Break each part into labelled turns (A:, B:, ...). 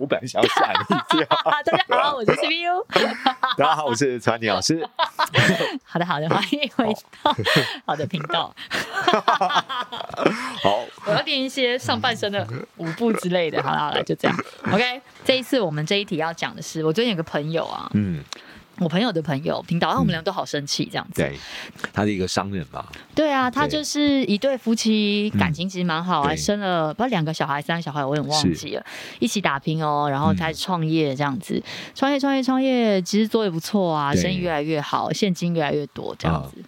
A: 我本来想要吓你一跳。
B: 啊，大家好，我是 CPU。
A: 大家好，我是传宁老 师。
B: 好的，好的，欢迎回到好的频道。
A: 好，
B: 我要练一些上半身的舞步之类的。好了，好了，就这样。OK，这一次我们这一题要讲的是，我最近有个朋友啊，
A: 嗯，
B: 我朋友的朋友听到，然后我们俩都好生气，这样子。
A: 对，他是一个商人嘛，
B: 对啊，他
A: 对
B: 就是一对夫妻，
A: 嗯
B: 感情其实蛮好，
A: 对
B: 还生了不知道两个小孩、三个小孩，我有点忘记了，一起打拼哦，然后开始创业这样子，创业、创业、创业，其实做的不错啊，
A: 嗯对啊
B: 生意越来越好，现金越来越多这样子。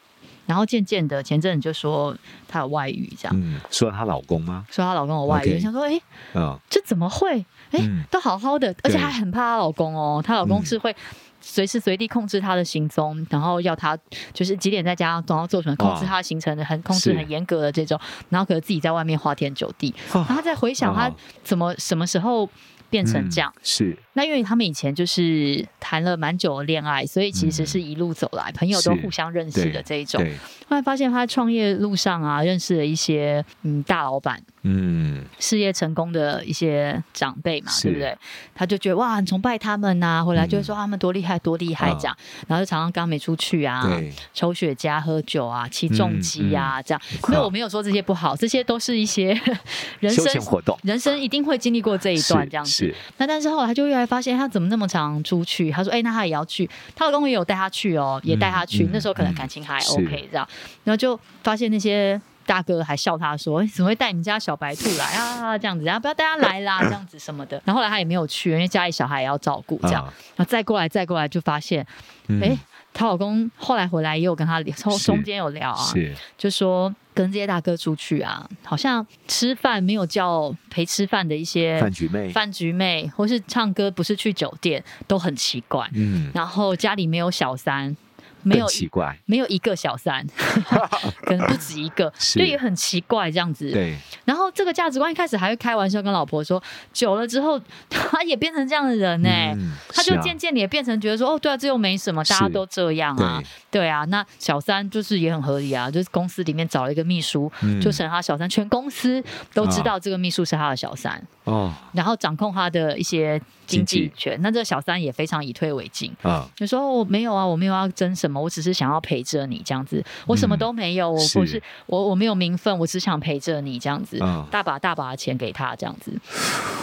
B: 然后渐渐的，前阵子就说她有外遇，这样、
A: 嗯，说她老公吗？
B: 说她老公有外遇，
A: OK
B: 想说，哎、
A: 嗯，
B: 这怎么会？哎、
A: 嗯
B: 都好好的，而且
A: 对嗯
B: 还很怕她老公哦，她老公是会。随时随地控制她的行踪，然后要她就是几点在家，然后做什么，控制她的行程的很控制
A: 是
B: 很严格的这种，然后可能自己在外面花天酒地，
A: 哇
B: 然后她再回想她
A: 哦
B: 怎么什么时候变成这样。
A: 嗯是
B: 那因为他们以前就是谈了蛮久的恋爱，所以其实是一路走来，朋友都
A: 嗯是
B: 互相认识的这一种。
A: 对，
B: 后来发现她创业路上啊，认识了一些嗯大老板，
A: 嗯，
B: 事业成功的一些长辈嘛，
A: 是嗯
B: 对不对？他就觉得哇，很崇拜他们呐、回来就会说他们多厉害，多厉害这样，然后就常常刚没出去啊，
A: 啊对，嗯
B: 抽雪茄、喝酒啊，骑重机啊，这样。
A: 靠
B: 没有，我没有说这些不好，这些都是一些 人
A: 休
B: 生
A: 闲活动
B: 人生一定会经历过这一段这样子。
A: 是
B: 那但是后来他就越来发现，他怎么那么常出去？他说，哎、那他也要去。她老公也有带他去哦，也带他去。
A: 嗯
B: 那时候可能
A: 嗯
B: 感情还
A: 是
B: OK 这样，然后就发现那些。大哥还笑他说：“哎怎么会带你们家小白兔来啊？这样子，然后不要带他来啦，这样子什么的。”然后后来他也没有去，因为家里小孩也要照顾，这样。
A: 嗯啊
B: 然后再过来，再过来就发现，
A: 嗯
B: 哎、她老公后来回来也有跟她聊，中
A: 是
B: 中间有聊啊，
A: 是
B: 就说跟这些大哥出去啊，好像吃饭没有叫陪吃饭的一些
A: 饭局妹，
B: 啊饭局妹，或是唱歌不是去酒店，都很奇怪。
A: 嗯，
B: 然后家里没有小三，没
A: 更
B: 有
A: 奇怪，
B: 没有一个小三， 可能不止一个，
A: 是
B: 就也很奇怪这样子。
A: 对，
B: 然后这个价值观一开始还会开玩笑跟老婆说，久了之后他也变成这样的人呢、欸
A: 嗯
B: 他
A: 是
B: 就
A: 啊
B: 渐渐地也变成觉得说，哦，对啊，这又没什么，大家
A: 是
B: 都这样啊，对啊。那小三就是也很合理啊，就是公司里面找了一个秘书，
A: 嗯
B: 就审他小三，全公司都知道这个秘书是他的小三，
A: 哦
B: 然后掌控他的一些经
A: 经
B: 济
A: 济
B: 权。那这个小三也非常以退为进。
A: 啊，
B: 就说哦我没有啊，我没有要争什么，我只是想要陪着你这样子，我什么都没有，我不嗯是
A: 是
B: 我我没有名分，我只想陪着你这样子，
A: 嗯
B: 大把大把的钱给他这样子。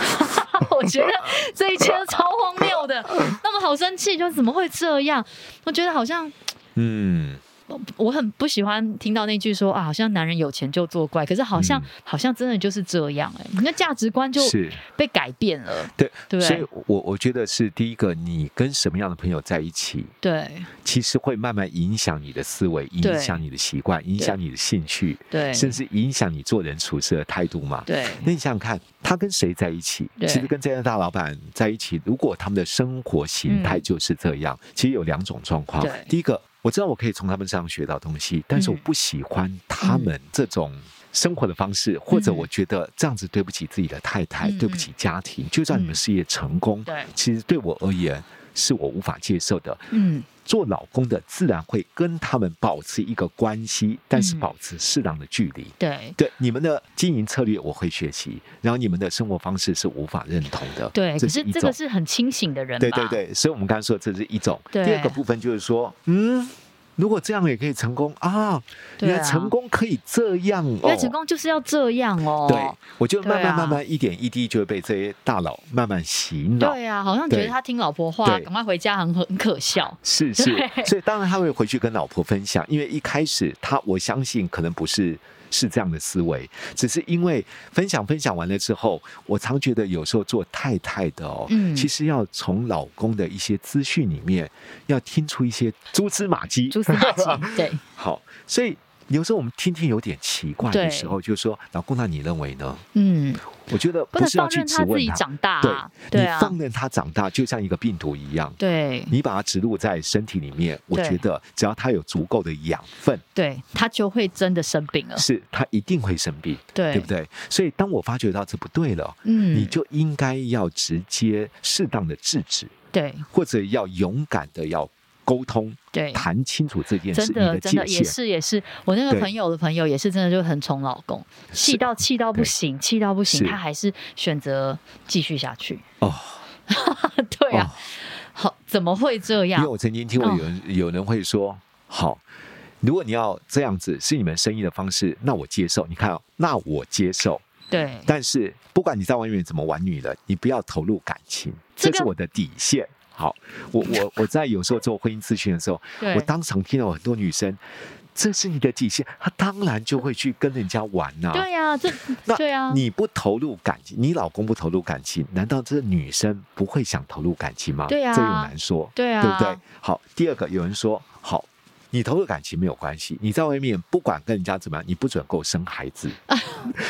B: 我觉得这一切都超荒谬 的，那么好生气，就怎么会这样？我觉得好像
A: 嗯，
B: 我很不喜欢听到那句说啊，好像男人有钱就作怪，可是好像、
A: 嗯
B: 好像真的就是这样哎、你的价值观就是被改变了，
A: 对，
B: 对
A: 所以我我觉得是第一个，你跟什么样的朋友在一起，
B: 对
A: 其实会慢慢影响你的思维，影
B: 对
A: 响你的习惯，影响你的兴趣，
B: 对
A: 甚至影响你做人处事的态度嘛。
B: 对
A: 那你想想看，他跟谁在一起？
B: 对
A: 其实跟这样的大老板在一起，如果他们的生活形态
B: 嗯
A: 就是这样，其实有两种状况
B: 对。
A: 第一个，我知道我可以从他们身上学到东西，但是我
B: 嗯
A: 不喜欢他们这种。生活的方式，或者
B: 嗯
A: 我觉得这样子对不起自己的太太，
B: 嗯
A: 对不起家庭，就算你们
B: 嗯
A: 事业成功，
B: 对
A: 其实对我而言是我无法接受的。
B: 嗯
A: 做老公的自然会跟他们保持一个关系，但是
B: 嗯
A: 保持适当的距离。
B: 对
A: 对你们的经营策略我会学习，然后你们的生活方式是无法认同的。
B: 对，可
A: 这
B: 是
A: 一
B: 这个
A: 种。
B: 是很清醒的人吧，
A: 对对对，所以我们刚刚说这是一种。第
B: 对
A: 二个部分就是说，嗯，如果这样也可以成功啊，
B: 对啊
A: 原来成功可以这样哦。
B: 因为成功就是要这样哦。
A: 对，我觉得慢
B: 对
A: 慢
B: 啊
A: 慢慢一点一滴就会被这些大佬慢慢洗脑。
B: 对啊，好像觉得
A: 对
B: 他听老婆话，
A: 对
B: 赶快回家很很可笑。
A: 是是
B: 对，
A: 所以当然他会回去跟老婆分享，因为一开始他我相信可能不是是这样的思维，只是因为分享分享完了之后，我常觉得有时候做太太的哦，
B: 嗯
A: 其实要从老公的一些资讯里面要听出一些蛛丝马迹，
B: 蛛丝马迹，对，
A: 好，所以有时候我们听听有点奇怪的
B: 对
A: 时候，就是说，老公，那你认为呢？
B: 嗯，
A: 我觉得
B: 不
A: 不
B: 能
A: 是要
B: 放
A: 去
B: 任
A: 质
B: 他自
A: 问
B: 己
A: 他，
B: 长大、
A: 对
B: 啊，对
A: 你
B: 啊，
A: 放任他长大，就像一个病毒一样。
B: 对
A: 你把它植入在身体里面，我
B: 对
A: 觉得只要它有足够的养分，
B: 对，他就会真的生病了，
A: 是它一定会生病，
B: 嗯对
A: 对不对？所以当我发觉到这不对了，
B: 嗯，
A: 你就应该要直接适当的制止，
B: 对
A: 或者要勇敢的要沟通，
B: 对。
A: 谈清楚这件事
B: 真
A: 你
B: 的，真
A: 界
B: 的也
A: 限。
B: 是也是，我那个
A: 对
B: 朋友的朋友也是真的就很宠老公，气
A: 是啊
B: 到气到不
A: 对
B: 行，气到不行，
A: 是
B: 他还是选择继续下去。
A: 哦，
B: 对啊，好，怎么会这
A: 因
B: 样
A: 为？我曾经听
B: 嗯
A: 过有人、有人会说，好，如果你要这样子是你们生意的方式，那我接受。你看、哦，那我接受，
B: 对，
A: 但是不管你在外面怎么玩女人，你不要投入感情，
B: 这
A: 这
B: 个
A: 是我的底线。好，我 我我在有时候做婚姻咨询的时候，
B: 对
A: 我当场听到很多女生，这是你的底线，她当然就会去跟人家玩呐、
B: 对呀、这对
A: 那
B: 啊，
A: 你不投入感情，你老公不投入感情，难道这女生不会想投入感情吗？
B: 对啊
A: 这又难说，
B: 对啊
A: 对不对？好，第二个有人说，好，你投入感情没有关系，你在外面不管跟人家怎么样，你不准给我生 孩子，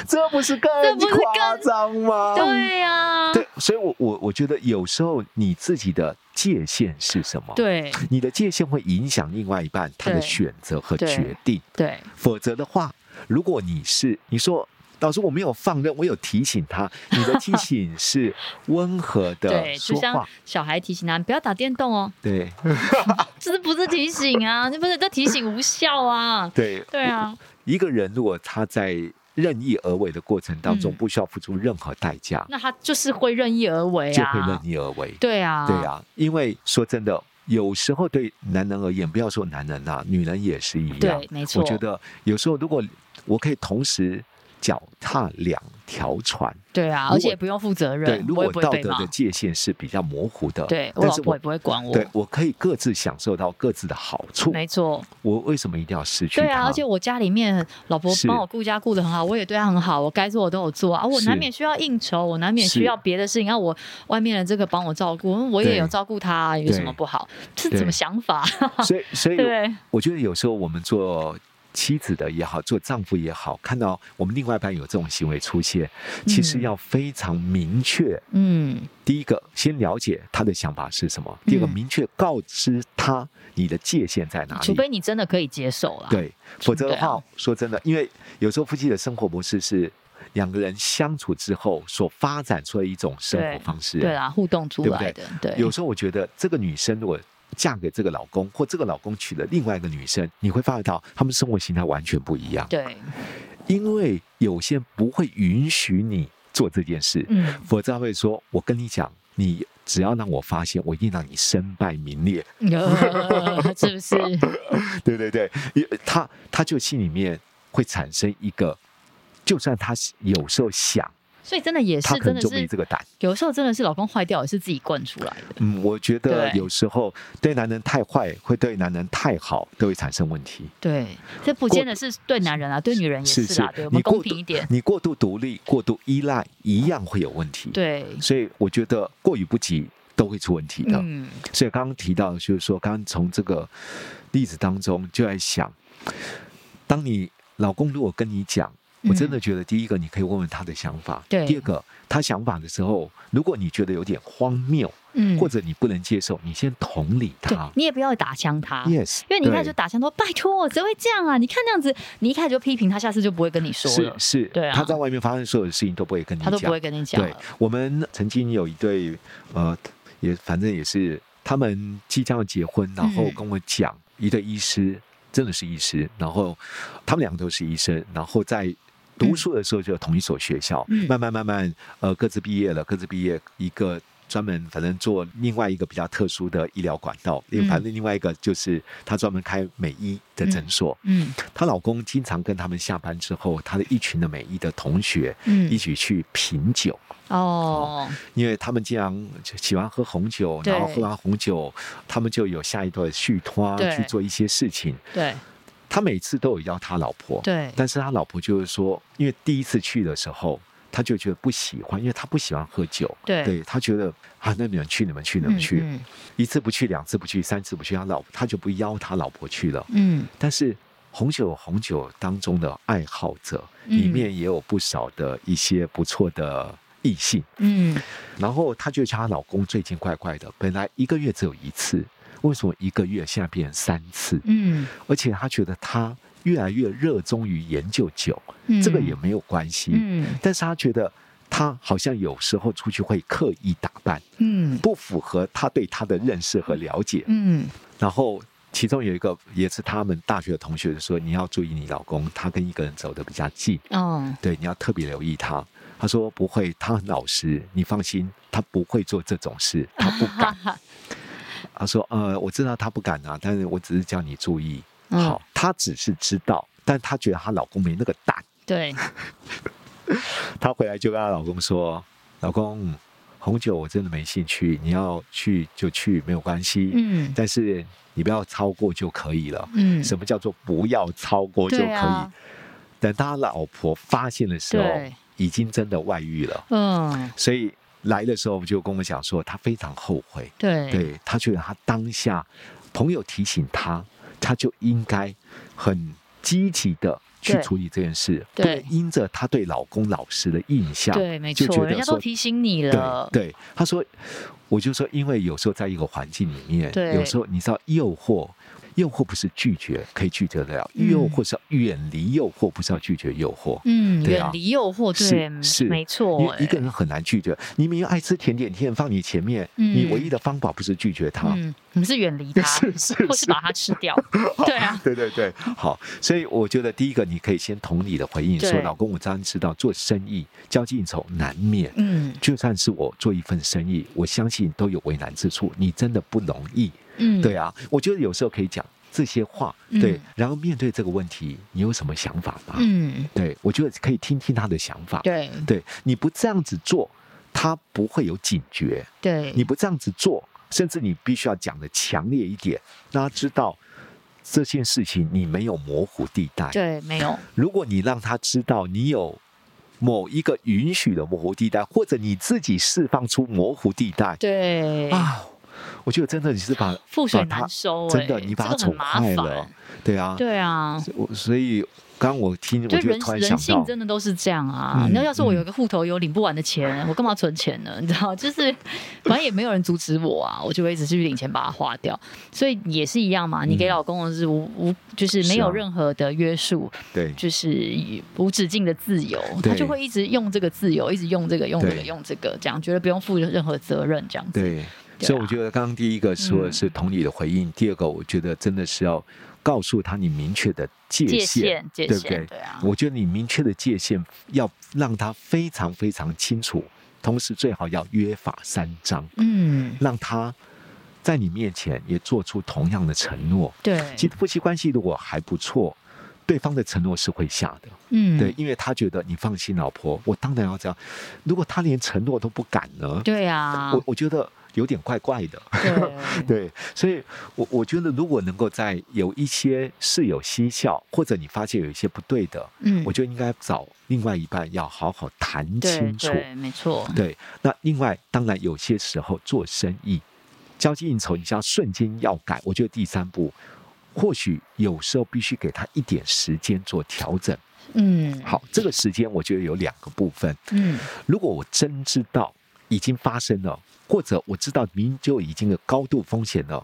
A: 这不是更
B: 这不是更
A: 夸张吗？
B: 对啊呀、
A: 对所以我我我觉得有时候你自己的界限是什么？。
B: 对
A: 你的界限会影响另外一半他的
B: 对
A: 选择和
B: 对
A: 决定，
B: 对
A: 否则的话，如果你是你说老师我没有放任，我有提醒他，你的提醒是温和的
B: 对，就
A: 说
B: 像
A: 话，
B: 小孩提醒他，你不要打电动哦，
A: 对
B: 这是不是提醒 啊？这不是这提醒无效啊？
A: 对
B: 对啊，
A: 一个人如果他在任意而为的过程当中，
B: 嗯
A: 不需要付出任何代价，
B: 那他就是会任意而为啊，
A: 就会任意而为。
B: 对啊，
A: 对啊，因为说真的，有时候对男人而言，不要说男人啦、啊女人也是一样。
B: 对没错
A: 我觉得有时候如果我可以同时脚踏两条船，
B: 对啊，
A: 如果
B: 而且也不用负责
A: 对
B: 任，，
A: 如
B: 我
A: 果
B: 也不会
A: 道
B: 被
A: 德
B: 骂
A: 的。界限是比较模糊的，
B: 对我
A: 但
B: 老
A: 是
B: 婆也不会管我，
A: 对我可以各自享受到各自的好处。
B: 没错，
A: 我为什么一定要失去它？
B: 对啊，而且我家里面老婆
A: 是
B: 帮我顾家顾得很好，我也对她很好，我该做的都有做啊。我
A: 是
B: 难免需要应酬，我难免
A: 是
B: 需要别的事情，那我外面的这个帮我照顾，嗯我也
A: 对
B: 有照顾她啊，有什么不好？这
A: 对
B: 什么想法？
A: 所以所 以
B: 对
A: 我觉得有时候我们做。妻子的也好，做丈夫也好，看到我们另外一半有这种行为出现，其实
B: 嗯
A: 要非常明确，
B: 嗯，
A: 第一个，先了解他的想法是什么；第二个，
B: 嗯
A: 明确告知他你的界限在哪里。
B: 除非你真的可以接受啦。
A: 对，否则的
B: 对啊
A: 话，说真的，因为有时候夫妻的生活模式是两个人相处之后所发展出的一种生活
B: 对
A: 方式。
B: 对啊啦，互动出
A: 对不
B: 来的，对
A: 有时候我觉得这个女生如果嫁给这个老公，或这个老公娶了另外一个女生，你会发觉到他们生活形态完全不一样，
B: 对，
A: 因为有些不会允许你做这件事。
B: 嗯
A: 否则他会说：“我跟你讲，你只要让我发现，我一定让你身败名裂。
B: 呃是不 是？”
A: 对对对，因为他他就心里面会产生一个，就算他有时候想，
B: 所以真的也是
A: 他，可
B: 真
A: 能
B: 的
A: 就没
B: 是
A: 这个胆。
B: 有时候真的是老公坏掉也是自己惯出来的。
A: 嗯，我觉得
B: 对
A: 有时候对男人太坏，会对男人太好，都会产生问题。
B: 对，这不见得是对男人啊，对女人也
A: 是
B: 是啦，对我们
A: 你
B: 公
A: 过
B: 平
A: 度
B: 一点。
A: 你过度独立、过度依赖，一样会有问题。，
B: 对，
A: 所以我觉得过于不及都会出问题的。
B: 嗯，
A: 所以刚刚提到，就是说，刚刚从这个例子当中就在想，当你老公如果跟你讲，
B: 嗯
A: 我真的觉得，第一个你可以问问他的想法，
B: 对
A: 第二个他想法的时候，如果你觉得有点荒谬，
B: 嗯
A: 或者你不能接受，你先同理
B: 对
A: 他。
B: 你也不要打枪他。
A: Yes，
B: 因为你一开始就
A: 对
B: 打枪说：“拜托，谁会这样啊？你看这样子，你一开始就批评他，下次就不会跟你说
A: 是
B: 了，
A: 是，
B: 对啊
A: 他在外面发生所有的事情都不会跟你
B: 他
A: 讲，
B: 都不会跟你讲
A: 对
B: 了。，
A: 我们曾经有一对呃，也反正也是他们即将要结婚，然后
B: 嗯
A: 跟我讲、一对医师，真的是医师，然后他们两个都是医生，然后在。读书的时候就同一所学校，
B: 嗯
A: 慢慢慢慢，呃，各自毕业了，各自毕业，一个专门反正做另外一个比较特殊的医疗管道，另
B: 嗯
A: 反正另外一个就是她专门开美医的诊所，
B: 嗯
A: 她、老公经常跟他们下班之后，她的一群的美医的同学一
B: 嗯，
A: 起去品酒，
B: 哦，
A: 因为他们经常就喜欢喝红酒，
B: 对
A: 然后喝完红酒，他们就有下一段续托
B: 对
A: 去做一些事情。
B: 对
A: 他每次都有邀他老婆，
B: 对
A: 但是他老婆就是说，因为第一次去的时候，他就觉得不喜欢，因为他不喜欢喝酒，
B: 对
A: 他觉得啊，那你们去，你们去，你们
B: 嗯
A: 去，
B: 嗯
A: 一次不去，两次不去，三次不去，他老他就不邀他老婆去了。
B: 嗯，
A: 但是红酒有红酒当中的爱好者，
B: 嗯
A: 里面也有不少的一些不错的异性。
B: 嗯
A: 然后她就叫她老公最近怪怪的，本来一个月只有一次，为什么一个月现在变成三次？
B: 嗯
A: 而且她觉得她越来越热衷于研究酒，
B: 嗯，
A: 这个也没有关系。
B: 嗯
A: 但是她觉得她好像有时候出去会刻意打扮，
B: 嗯
A: 不符合她对她的认识和了解。
B: 嗯
A: 然后其中有一个也是他们大学的同学就说，你要注意你老公，他跟一个人走的比较近，
B: 哦
A: 对，你要特别留意他。他说不会，他很老实，你放心，他不会做这种事，他不 敢。他说呃，我知道他不敢啊，但是我只是叫你注意。
B: 嗯
A: 好，她只是知道，但她觉得她老公没那个胆。
B: 对，
A: 她回来就跟她老公说：“老公，红酒我真的没兴趣，你要去就去，没有关系。
B: 嗯
A: 但是你不要超过就可以了。
B: 嗯
A: 什么叫做不要超过就可以？
B: 对啊
A: 等他老婆发现的时候
B: 对，
A: 已经真的外遇了，
B: 嗯
A: 所以来的时候就跟我讲说，他非常后悔，
B: 对
A: 对他觉得他当下朋友提醒他，他就应该很积极的。去
B: 对
A: 处理这件事，不
B: 对
A: 能因着他对老公老师的印象，
B: 对没
A: 就觉
B: 错，
A: 得
B: 人家
A: 说
B: 都提醒你了，
A: 对对，他说，我就说，因为有时候在一个环境里面，
B: 对
A: 有时候你知道诱惑，诱惑不是拒绝可以拒绝得了，
B: 嗯
A: 诱惑是要远离诱惑，不是要拒绝诱惑。
B: 嗯，
A: 对
B: 远
A: 啊
B: 离诱惑，
A: 是
B: 嗯对，
A: 是
B: 没
A: 因
B: 错哎
A: 为，一个人很难拒绝，你明明爱吃甜点，甜点放你前面，
B: 嗯
A: 你唯一的方法不是拒绝他，
B: 嗯，我们是远 离它，或是把它吃掉，对啊，
A: 对对对，好，所以我觉得第一个，你可以先同理的回应说
B: 对：“
A: 老公，我当然知道做生意交际应酬难免，
B: 嗯
A: 就算是我做一份生意，我相信都有为难之处，你真的不容易。
B: 嗯，
A: 对啊，我觉得有时候可以讲这些话，
B: 嗯
A: 对。然后面对这个问题，你有什么想法吗？
B: 嗯
A: 对，我觉得可以听听他的想法。
B: 对
A: 对，你不这样子做，他不会有警觉；
B: 对，
A: 你不这样子做，甚至你必须要讲的强烈一点，让他知道这件事情你没有模糊地带。
B: 对没有，
A: 如果你让他知道你有某一个允许的模糊地带，或者你自己释放出模糊地带
B: 对
A: 啊，我觉得真的你是把
B: 覆水
A: 把他
B: 难收，
A: 真的，
B: 哎
A: 你把
B: 这个
A: 它
B: 很
A: 宠
B: 麻
A: 坏
B: 烦
A: 了，对啊，
B: 对啊，
A: 我所以刚刚我听，我
B: 就
A: 就
B: 人
A: 突然
B: 人
A: 想
B: 性
A: 到，
B: 真的都是这样啊！
A: 嗯
B: 你要要是我有一个户头有领不完的钱， 我干嘛存钱呢？你知道，就是 反正也没有人阻止我啊，我就会一直去领钱把它花掉。所以也是一样嘛，你给老公的是无无，就是没
A: 嗯是啊
B: 有任何的约束，
A: 对
B: 就是无止境的自由，
A: 对
B: 他就会一直用这个自由，一直用这个用这个
A: 对
B: 用这个，这样觉得不用负任何责任这样子。
A: 对，所以我觉得刚刚第一个说
B: 嗯
A: 的是同理的回应，第二个我觉得真的是要告诉他你明确的界
B: 界
A: 限，
B: 界
A: 对不
B: 限，
A: 对？
B: 对啊，
A: 我觉得你明确的界限要让他非常非常清楚，同时最好要约法三章，
B: 嗯，
A: 让他在你面前也做出同样的承诺。
B: 对，
A: 其实夫妻关系如果还不错，对方的承诺是会下的。
B: 嗯，
A: 对，因为他觉得你放心，老婆，我当然要这样。如果他连承诺都不敢呢，
B: 对啊，嗯
A: 我我觉得有点怪怪的。
B: 对
A: 对，所以我我觉得如果能够在有一些事有蹊跷，或者你发现有一些不对的，
B: 嗯
A: 我，就应该找另外一半要好好谈
B: 对
A: 清楚。
B: 对，没错，
A: 对，那另外当然有些时候做生意，交际应酬你要瞬间要改，我觉得第三步。或许有时候必须给他一点时间做调整。
B: 嗯，
A: 好，这个时间我觉得有两个部分。
B: 嗯
A: 如果我真知道已经发生了，或者我知道明明就已经有高度风险了，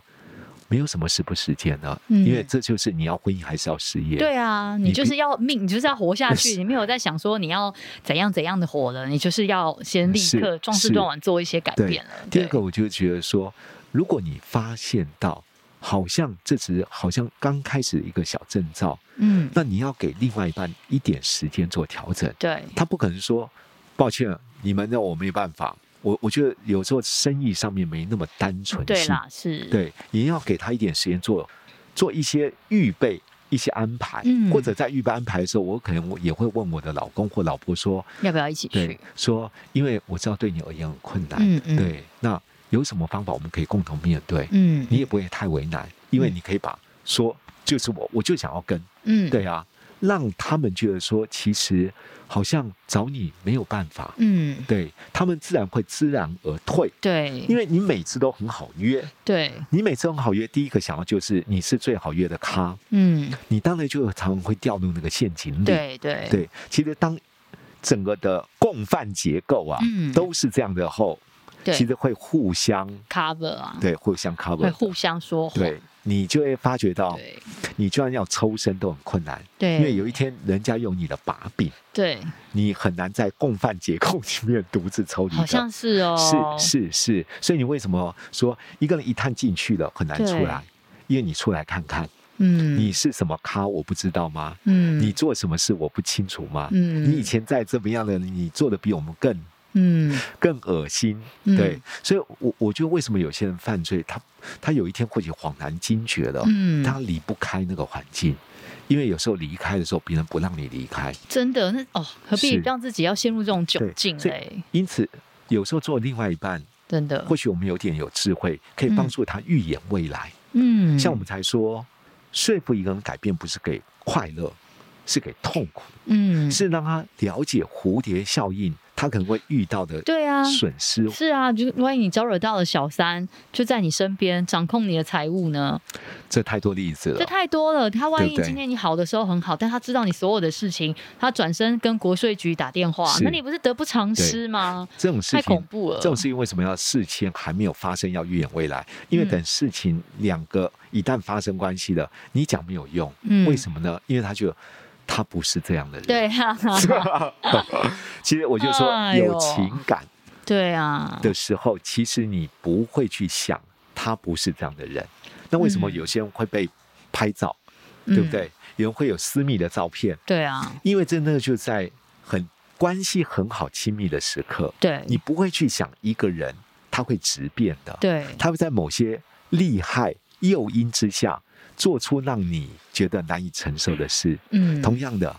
A: 没有什么时不时间呢？
B: 嗯
A: 因为这就是你要婚姻还是要事业。
B: 对啊，你
A: 你
B: 就
A: 必
B: 是要命，你就是要活下去，
A: 是
B: 你没有在想说你要怎样怎样的活了，你就是要先立
A: 是
B: 刻壮士
A: 是
B: 断腕做一些改
A: 对
B: 变了。
A: 第二
B: 对
A: 个，我就觉得说，如果你发现到好像这只是好像刚开始一个小征兆，
B: 嗯，
A: 那你要给另外一半一点时间做调整。
B: 对，
A: 他不可能说抱歉，你们让我没办法。我我觉得有时候生意上面没那么单纯
B: 对
A: 性
B: 啦，是，，
A: 对，也要给他一点时间做做一些预备、一些安排，
B: 嗯
A: 或者在预备安排的时候，我可能我也会问我的老公或老婆说，
B: 要不要一起
A: 对
B: 去？，
A: 说因为我知道对你而言很困难，
B: 嗯嗯
A: 对，那有什么方法我们可以共同面对？
B: 嗯
A: 你也不会太为难，因为你可以把说就是我，我就想要跟，
B: 嗯，
A: 对啊。让他们觉得说，其实好像找你没有办法，
B: 嗯，
A: 对他们自然会知难而退，因
B: 对
A: 为你每次都很好约，
B: 对，
A: 你每次很好约，第一个想要就是你是最好约的咖，
B: 嗯，
A: 你当然就常常会掉入那个陷阱里。
B: 对对，
A: 对，其实当整个的共犯结构啊，
B: 嗯
A: 都是这样的后，
B: 对
A: 其实会互相
B: cover 啊，
A: 对互相 cover，
B: 会
A: 的
B: 互相说谎，
A: 对你就会发觉到，
B: 对
A: 你居然要抽身都很困难，
B: 对，
A: 因为有一天人家用你的把柄，
B: 对，
A: 你很难在共犯结构里面独自抽离
B: 好像
A: 的。
B: 是哦，
A: 是是是，所以你为什么说一个人一旦进去了很难出
B: 对
A: 来？因为你出来看看，
B: 嗯，
A: 你是什么咖，我不知道吗？
B: 嗯
A: 你做什么事我不清楚吗？
B: 嗯
A: 你以前在怎么样的，你做的比我们更
B: 嗯
A: 更恶心，
B: 嗯
A: 对，所以我我觉得为什么有些人犯罪，他他有一天或许恍然惊觉了，
B: 嗯
A: 哦他离不开那个环境，因为有时候离开的时候，别人不让你离开，
B: 真的那哦，何必
A: 是
B: 让自己要陷入这种窘
A: 对
B: 境
A: 所以
B: 嘞？
A: 因此有时候做另外一半，
B: 真的
A: 或，许我们有点有智慧，可以帮助他预演未来。
B: 嗯，
A: 像我们才说，说服一个人改变不是给快乐，是给痛苦，
B: 嗯
A: 是让他了解蝴蝶效应，他可能会遇到的
B: 对啊，
A: 损失。
B: 是啊，就万一你招惹到了小三，就在你身边掌控你的财务呢，
A: 这太多例子了
B: 这。太多了。他万
A: 啊对
B: 一
A: 不对
B: 今天你好的时候很好，但他知道你所有的事情，他转身跟国税局打电话，
A: 是
B: 那你不是得不偿失吗？
A: 这种事
B: 太恐
A: 情，
B: 怖了。
A: 这种事情为什么要事先还没有发生要预演未来？因为
B: 嗯
A: 等事情两个一旦发生关系了，你讲没有用。
B: 嗯
A: 为什么呢？因为他觉得他不是这样的人。
B: 对啊，
A: 其实我就说，
B: 哎呦
A: 有情感
B: 对啊，
A: 的时候，其实你不会去想他不是这样的人。那为什么
B: 嗯
A: 有些人会被拍照，
B: 嗯
A: 对不？对？有人会有私密的照片，
B: 对啊，
A: 因为真的就在很关系很好、亲密的时刻，
B: 对，
A: 你不会去想一个人他会直变的，
B: 对
A: 他会在某些厉害诱因之下做出让你觉得难以承受的事。
B: 嗯，
A: 同样的，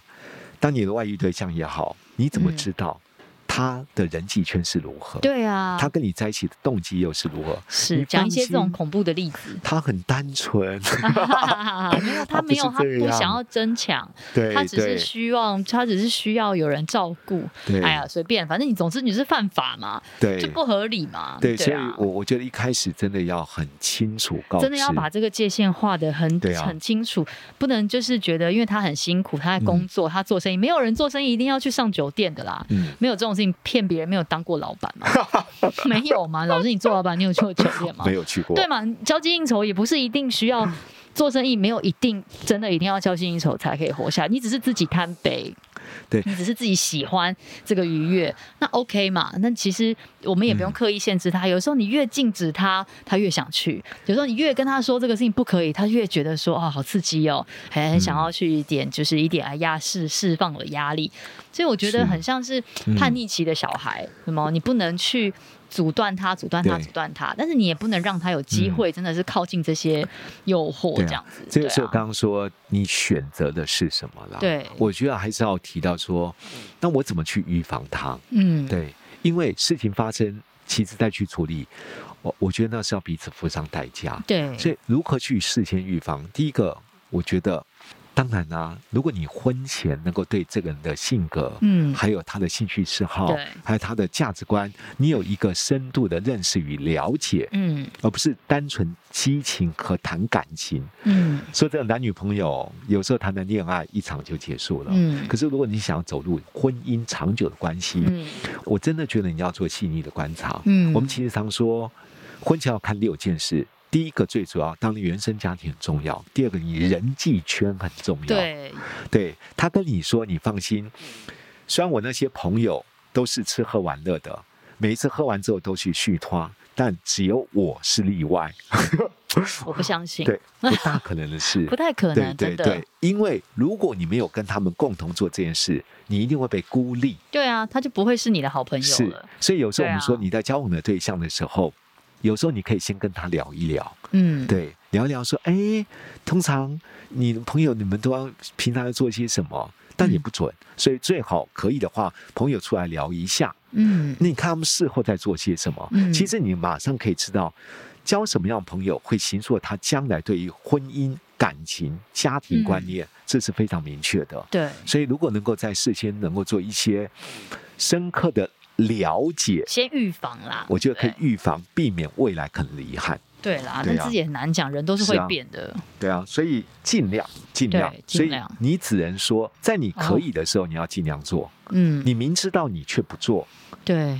A: 当你的外遇对象也好，你怎么
B: 嗯
A: 知道他的人际圈是如何？
B: 对啊，
A: 他跟你在一起的动机又是如何？
B: 是
A: 你
B: 讲
A: 放
B: 一些这种
A: 心。
B: 恐怖的例子
A: 他很单 纯，
B: 没有，他
A: 他不
B: 没有，
A: 是
B: 他
A: 这
B: 不想
A: 样
B: 要争抢，
A: 对
B: 他只是
A: 对
B: 希望，他只是需要有人照顾。
A: 对
B: 哎呀，随便，反正你总之你是犯法嘛，就
A: 对
B: 不合理嘛。
A: 对，所以
B: 啊
A: 我我觉得一开始真的要很清楚告知，
B: 真的要把这个界限画的很、
A: 对啊
B: 很清楚，不能就是觉得因为他很辛苦，他在工作，他做生意，没有人做生意一定要去上酒店的啦。
A: 嗯
B: 没有这种事情骗别人，没有当过老板 嘛？没有嘛？老师，你做老板，你有去过酒店吗？
A: 没有去过，
B: 对嘛？交际应酬也不是一定需 要做生意，没有一定真的一定要交际应酬才可以活下来。你只是自己贪杯，
A: 对
B: 你只是自己喜欢这个愉悦，那 OK 嘛？那其实我们也不用
A: 嗯
B: 刻意限制他。有时候你越禁止他，他越想去；有时候你越跟他说这个事情不可以，他越觉得说哦，好刺激哦，很很想要去一
A: 嗯
B: 点，就是一点哎压释释放我的压力。所以我觉得
A: 是
B: 很像是
A: 嗯
B: 叛逆期的小孩，什么你不能去阻断他，阻断他，
A: 对嗯
B: 阻断他，但是你也不能让他有机会真的是靠近这些诱惑
A: 对啊
B: 这样子。
A: 这
B: 对
A: 个时候
B: 啊
A: 刚刚说你选择的是什么啦？
B: 对
A: 我觉得还是要提到说，那我怎么去预防它？
B: 嗯，
A: 对，因为事情发生，其次再去处理，我我觉得那是要彼此付上代价。
B: 对
A: 所以如何去事先预防？第一个，我觉得。当然啦、如果你婚前能够对这个人的性格，
B: 嗯
A: 还有他的兴趣嗜好
B: 对，
A: 还有他的价值观，你有一个深度的认识与了解，
B: 嗯
A: 而不是单纯激情和谈感情。
B: 嗯
A: 说真的，男女朋友有时候谈谈恋爱一场就结束了。
B: 嗯
A: 可是如果你想要走入婚姻长久的关系，
B: 嗯
A: 我真的觉得你要做细腻的观察。
B: 嗯
A: 我们其实常说，婚前要看六件事。第一个最主要，当然原生家庭很重要；第二个，你人际圈很重要。，
B: 对
A: 对他跟你说，你放心，虽然我那些朋友都是吃喝玩乐的，每一次喝完之后都去续花，但只有我是例外。
B: 我不相信，
A: 对，不大可能的事。
B: 不太可
A: 对
B: 能，
A: 对
B: 真的
A: 对，因为如果你没有跟他们共同做这件事，你一定会被孤立。
B: 对啊，他就不会是你的好朋友
A: 是
B: 了。，
A: 所以有时候
B: 对
A: 我
B: 啊
A: 们说你在交往的对象的时候，有时候你可以先跟他聊一聊，
B: 嗯，
A: 对，聊一聊说，哎，通常你的朋友你们都要平常要做些什么，但
B: 嗯
A: 也不准，所以最好可以的话，朋友出来聊一下，
B: 嗯
A: 那你看他们事后在做些什么？
B: 嗯
A: 其实你马上可以知道，交什么样的朋友会形塑他将来对于婚姻感情、家庭观
B: 嗯
A: 念，这是非常明确的。
B: 对，
A: 所以，如果能够在事先能够做一些深刻的了解，
B: 先预防啦，
A: 我觉得可以
B: 对
A: 预防、避免未来可能的遗憾。
B: 对啦，
A: 对啊
B: 但自己也很难讲，人都是
A: 是
B: 会
A: 啊
B: 变的，
A: 对啊，所以尽量尽量
B: 对，
A: 所
B: 尽
A: 以
B: 量哦
A: 你只能说，在你可以的时候，你要尽量做。
B: 嗯，
A: 你明知道你却不做，
B: 对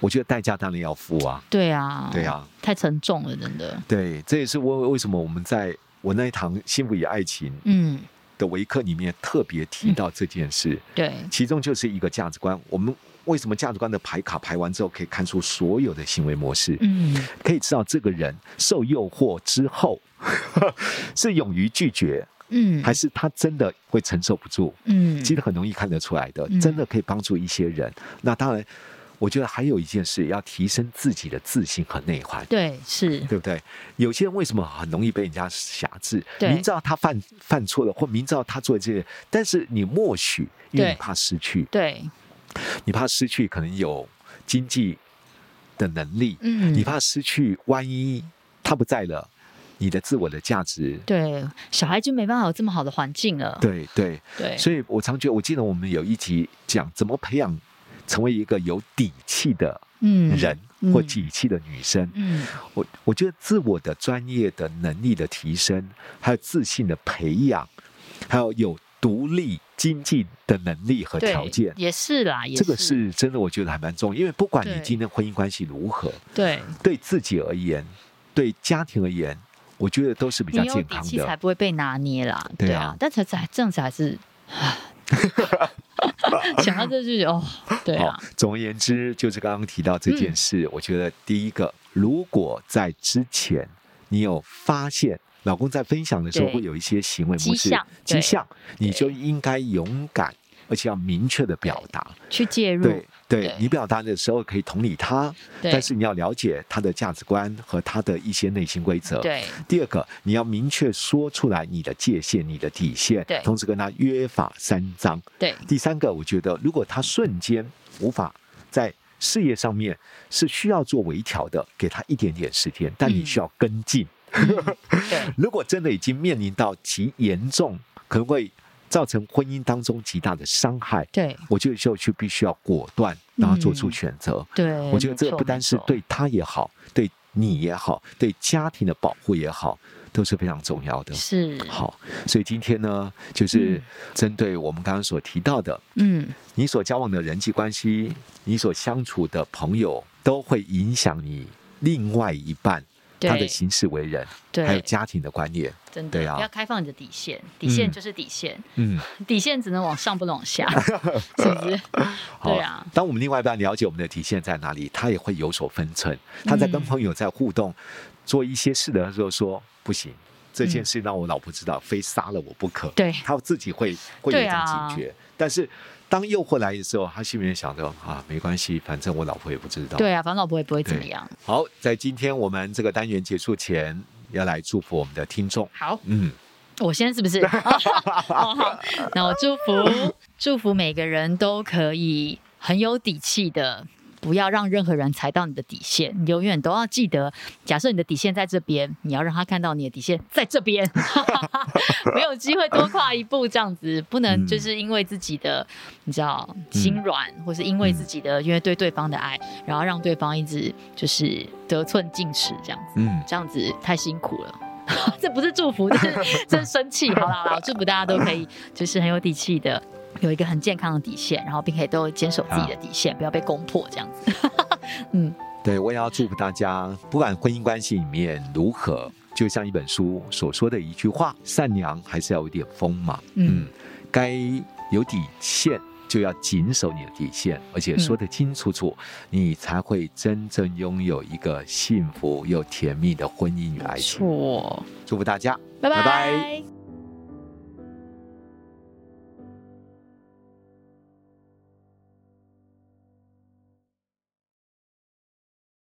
A: 我觉得代价当然要付啊。
B: 对啊，
A: 对啊，
B: 太沉重了，真的，
A: 对，这也是为为什么我们在我那一堂《幸福与爱情》
B: 嗯，
A: 的微课里面特别提到这件事，
B: 对，
A: 其中就是一个价值观。我们为什么价值观的牌卡排完之后，可以看出所有的行为模式，
B: 嗯，
A: 可以知道这个人受诱惑之后 是勇于拒绝，
B: 嗯，
A: 还是他真的会承受不住？
B: 嗯，
A: 其实很容易看得出来的
B: 嗯，
A: 真的可以帮助一些人。那当然，我觉得还有一件事，要提升自己的自信和内涵。
B: 对 是，
A: 对不对？有些人为什么很容易被人家辖制？
B: 对
A: 明知道他犯犯错了，或明知道他做这些，但是你默许，因为
B: 对
A: 你怕失去，
B: 对，
A: 你怕失去可能有经济的能力，
B: 嗯，
A: 你怕失去，万一他不在了，你的自我的价值。
B: 对小孩就没办法有这么好的环境了，
A: 对对，
B: 对，
A: 所以我常觉得，我记得我们有一集讲怎么培养成为一个有底气的
B: 嗯，
A: 人、
B: 嗯
A: 或底气的女生。
B: 嗯，
A: 我我觉得自我的专业的能力的提升，还有自信的培养，还有有独立经济的能力和
B: 对，
A: 条件，
B: 也是啦，也
A: 这个是真的，我觉得还蛮重要。因为不管你
B: 对
A: 今天婚姻关系如何，
B: 对，
A: 对自己而言，对家庭而言，我觉得都是比
B: 你
A: 较
B: 有
A: 健
B: 底
A: 康
B: 气才
A: 的。
B: 不会被拿捏啦，
A: 对啊
B: 但才才这样子还是， 想到这就觉得哦，对
A: 好
B: 啊，，嗯
A: 总而言之，就是刚刚提到这件事，我觉得第一个，如果在之前你有发现老公在分享的时候
B: 对
A: 会有一些行为模
B: 迹
A: 式
B: 象对
A: 迹象，你就应该勇敢，而且要明确的表达。
B: 去介入，
A: 对，对
B: 对
A: 你表达的时候可以同理他，
B: 对
A: 但是你要了解他的价值观和他的一些内心规则。
B: 对
A: 第二个，你要明确说出来你的界限、你的底线，
B: 对
A: 同时跟他约法三章。
B: 对
A: 第三个，我觉得如果他瞬间无法在事业上面是需要做微调的，给他一点点时间，但你
B: 嗯
A: 需要跟进。
B: 对
A: 如果真的已经面临到极严重，可能会造成婚姻当中极大的伤害，
B: 对
A: 我觉得就去必须要果断，然后做
B: 嗯
A: 出选择。
B: 对，
A: 我觉得这
B: 没
A: 不
B: 错
A: 单是，
B: 没
A: 对他也好，对你也好，对家庭的保护也好，都是非常重要
B: 错。
A: 的
B: 是，
A: 好，所以今天呢，就是针对我们刚刚所提到的，
B: 嗯，
A: 你所交往的人际关系，你所相处的朋友，都会影响你另外一半
B: 对
A: 他的行事为人，还有
B: 对，
A: 家庭的观念。
B: 真的
A: 对啊
B: 要开放你的底线，底线就是底线，
A: 嗯，
B: 底线只能往上不能往 下，是不是？
A: 好。
B: 对啊，
A: 当我们另外一半了解我们的底线在哪里，他也会有所分寸。他在跟
B: 嗯
A: 朋友在互动、做一些事的时候说：“不行，这件事让我老婆知道，非杀了我不可。”
B: 对
A: 他自己会会有一
B: 对
A: 种
B: 啊
A: 警觉。但是当诱惑来的时候，他心里面想着：“啊，没关系，反正我老婆也不知道。”
B: 对啊，反正老婆也不会怎么
A: 对
B: 样。
A: 好，在今天我们这个单元结束前，要来祝福我们的听众。
B: 好，
A: 嗯，
B: 我先是不是？好好，那我祝福祝福每个人都可以很有底气的，不要让任何人踩到你的底线。你永远都要记得，假设你的底线在这边，你要让他看到你的底线在这边， 没有机会多跨一步，这样子不能就是因为自己的你知道心软，或是因为自己的因为对对方的爱，然后让对方一直就是得寸进尺这样子。
A: 嗯，
B: 这样子太辛苦了。 这不是祝福，这是 这是生气。好啦好啦，我祝福大家都可以，就是很有底气的，有一个很健康的底线，然后并且都坚守自己的底线，不要被攻破这样子。
A: 对，我也要祝福大家，不管婚姻关系里面如何，就像一本书所说的一句话，善良还是要有点锋芒。
B: 嗯，
A: 该有底线。就要谨守你的底
B: 嗯
A: 线，而且说得清楚楚，你才会真正拥有一个幸福又甜蜜的婚姻与爱情。
B: 错，
A: 祝福大家，
B: 拜
A: 拜拜
B: 拜。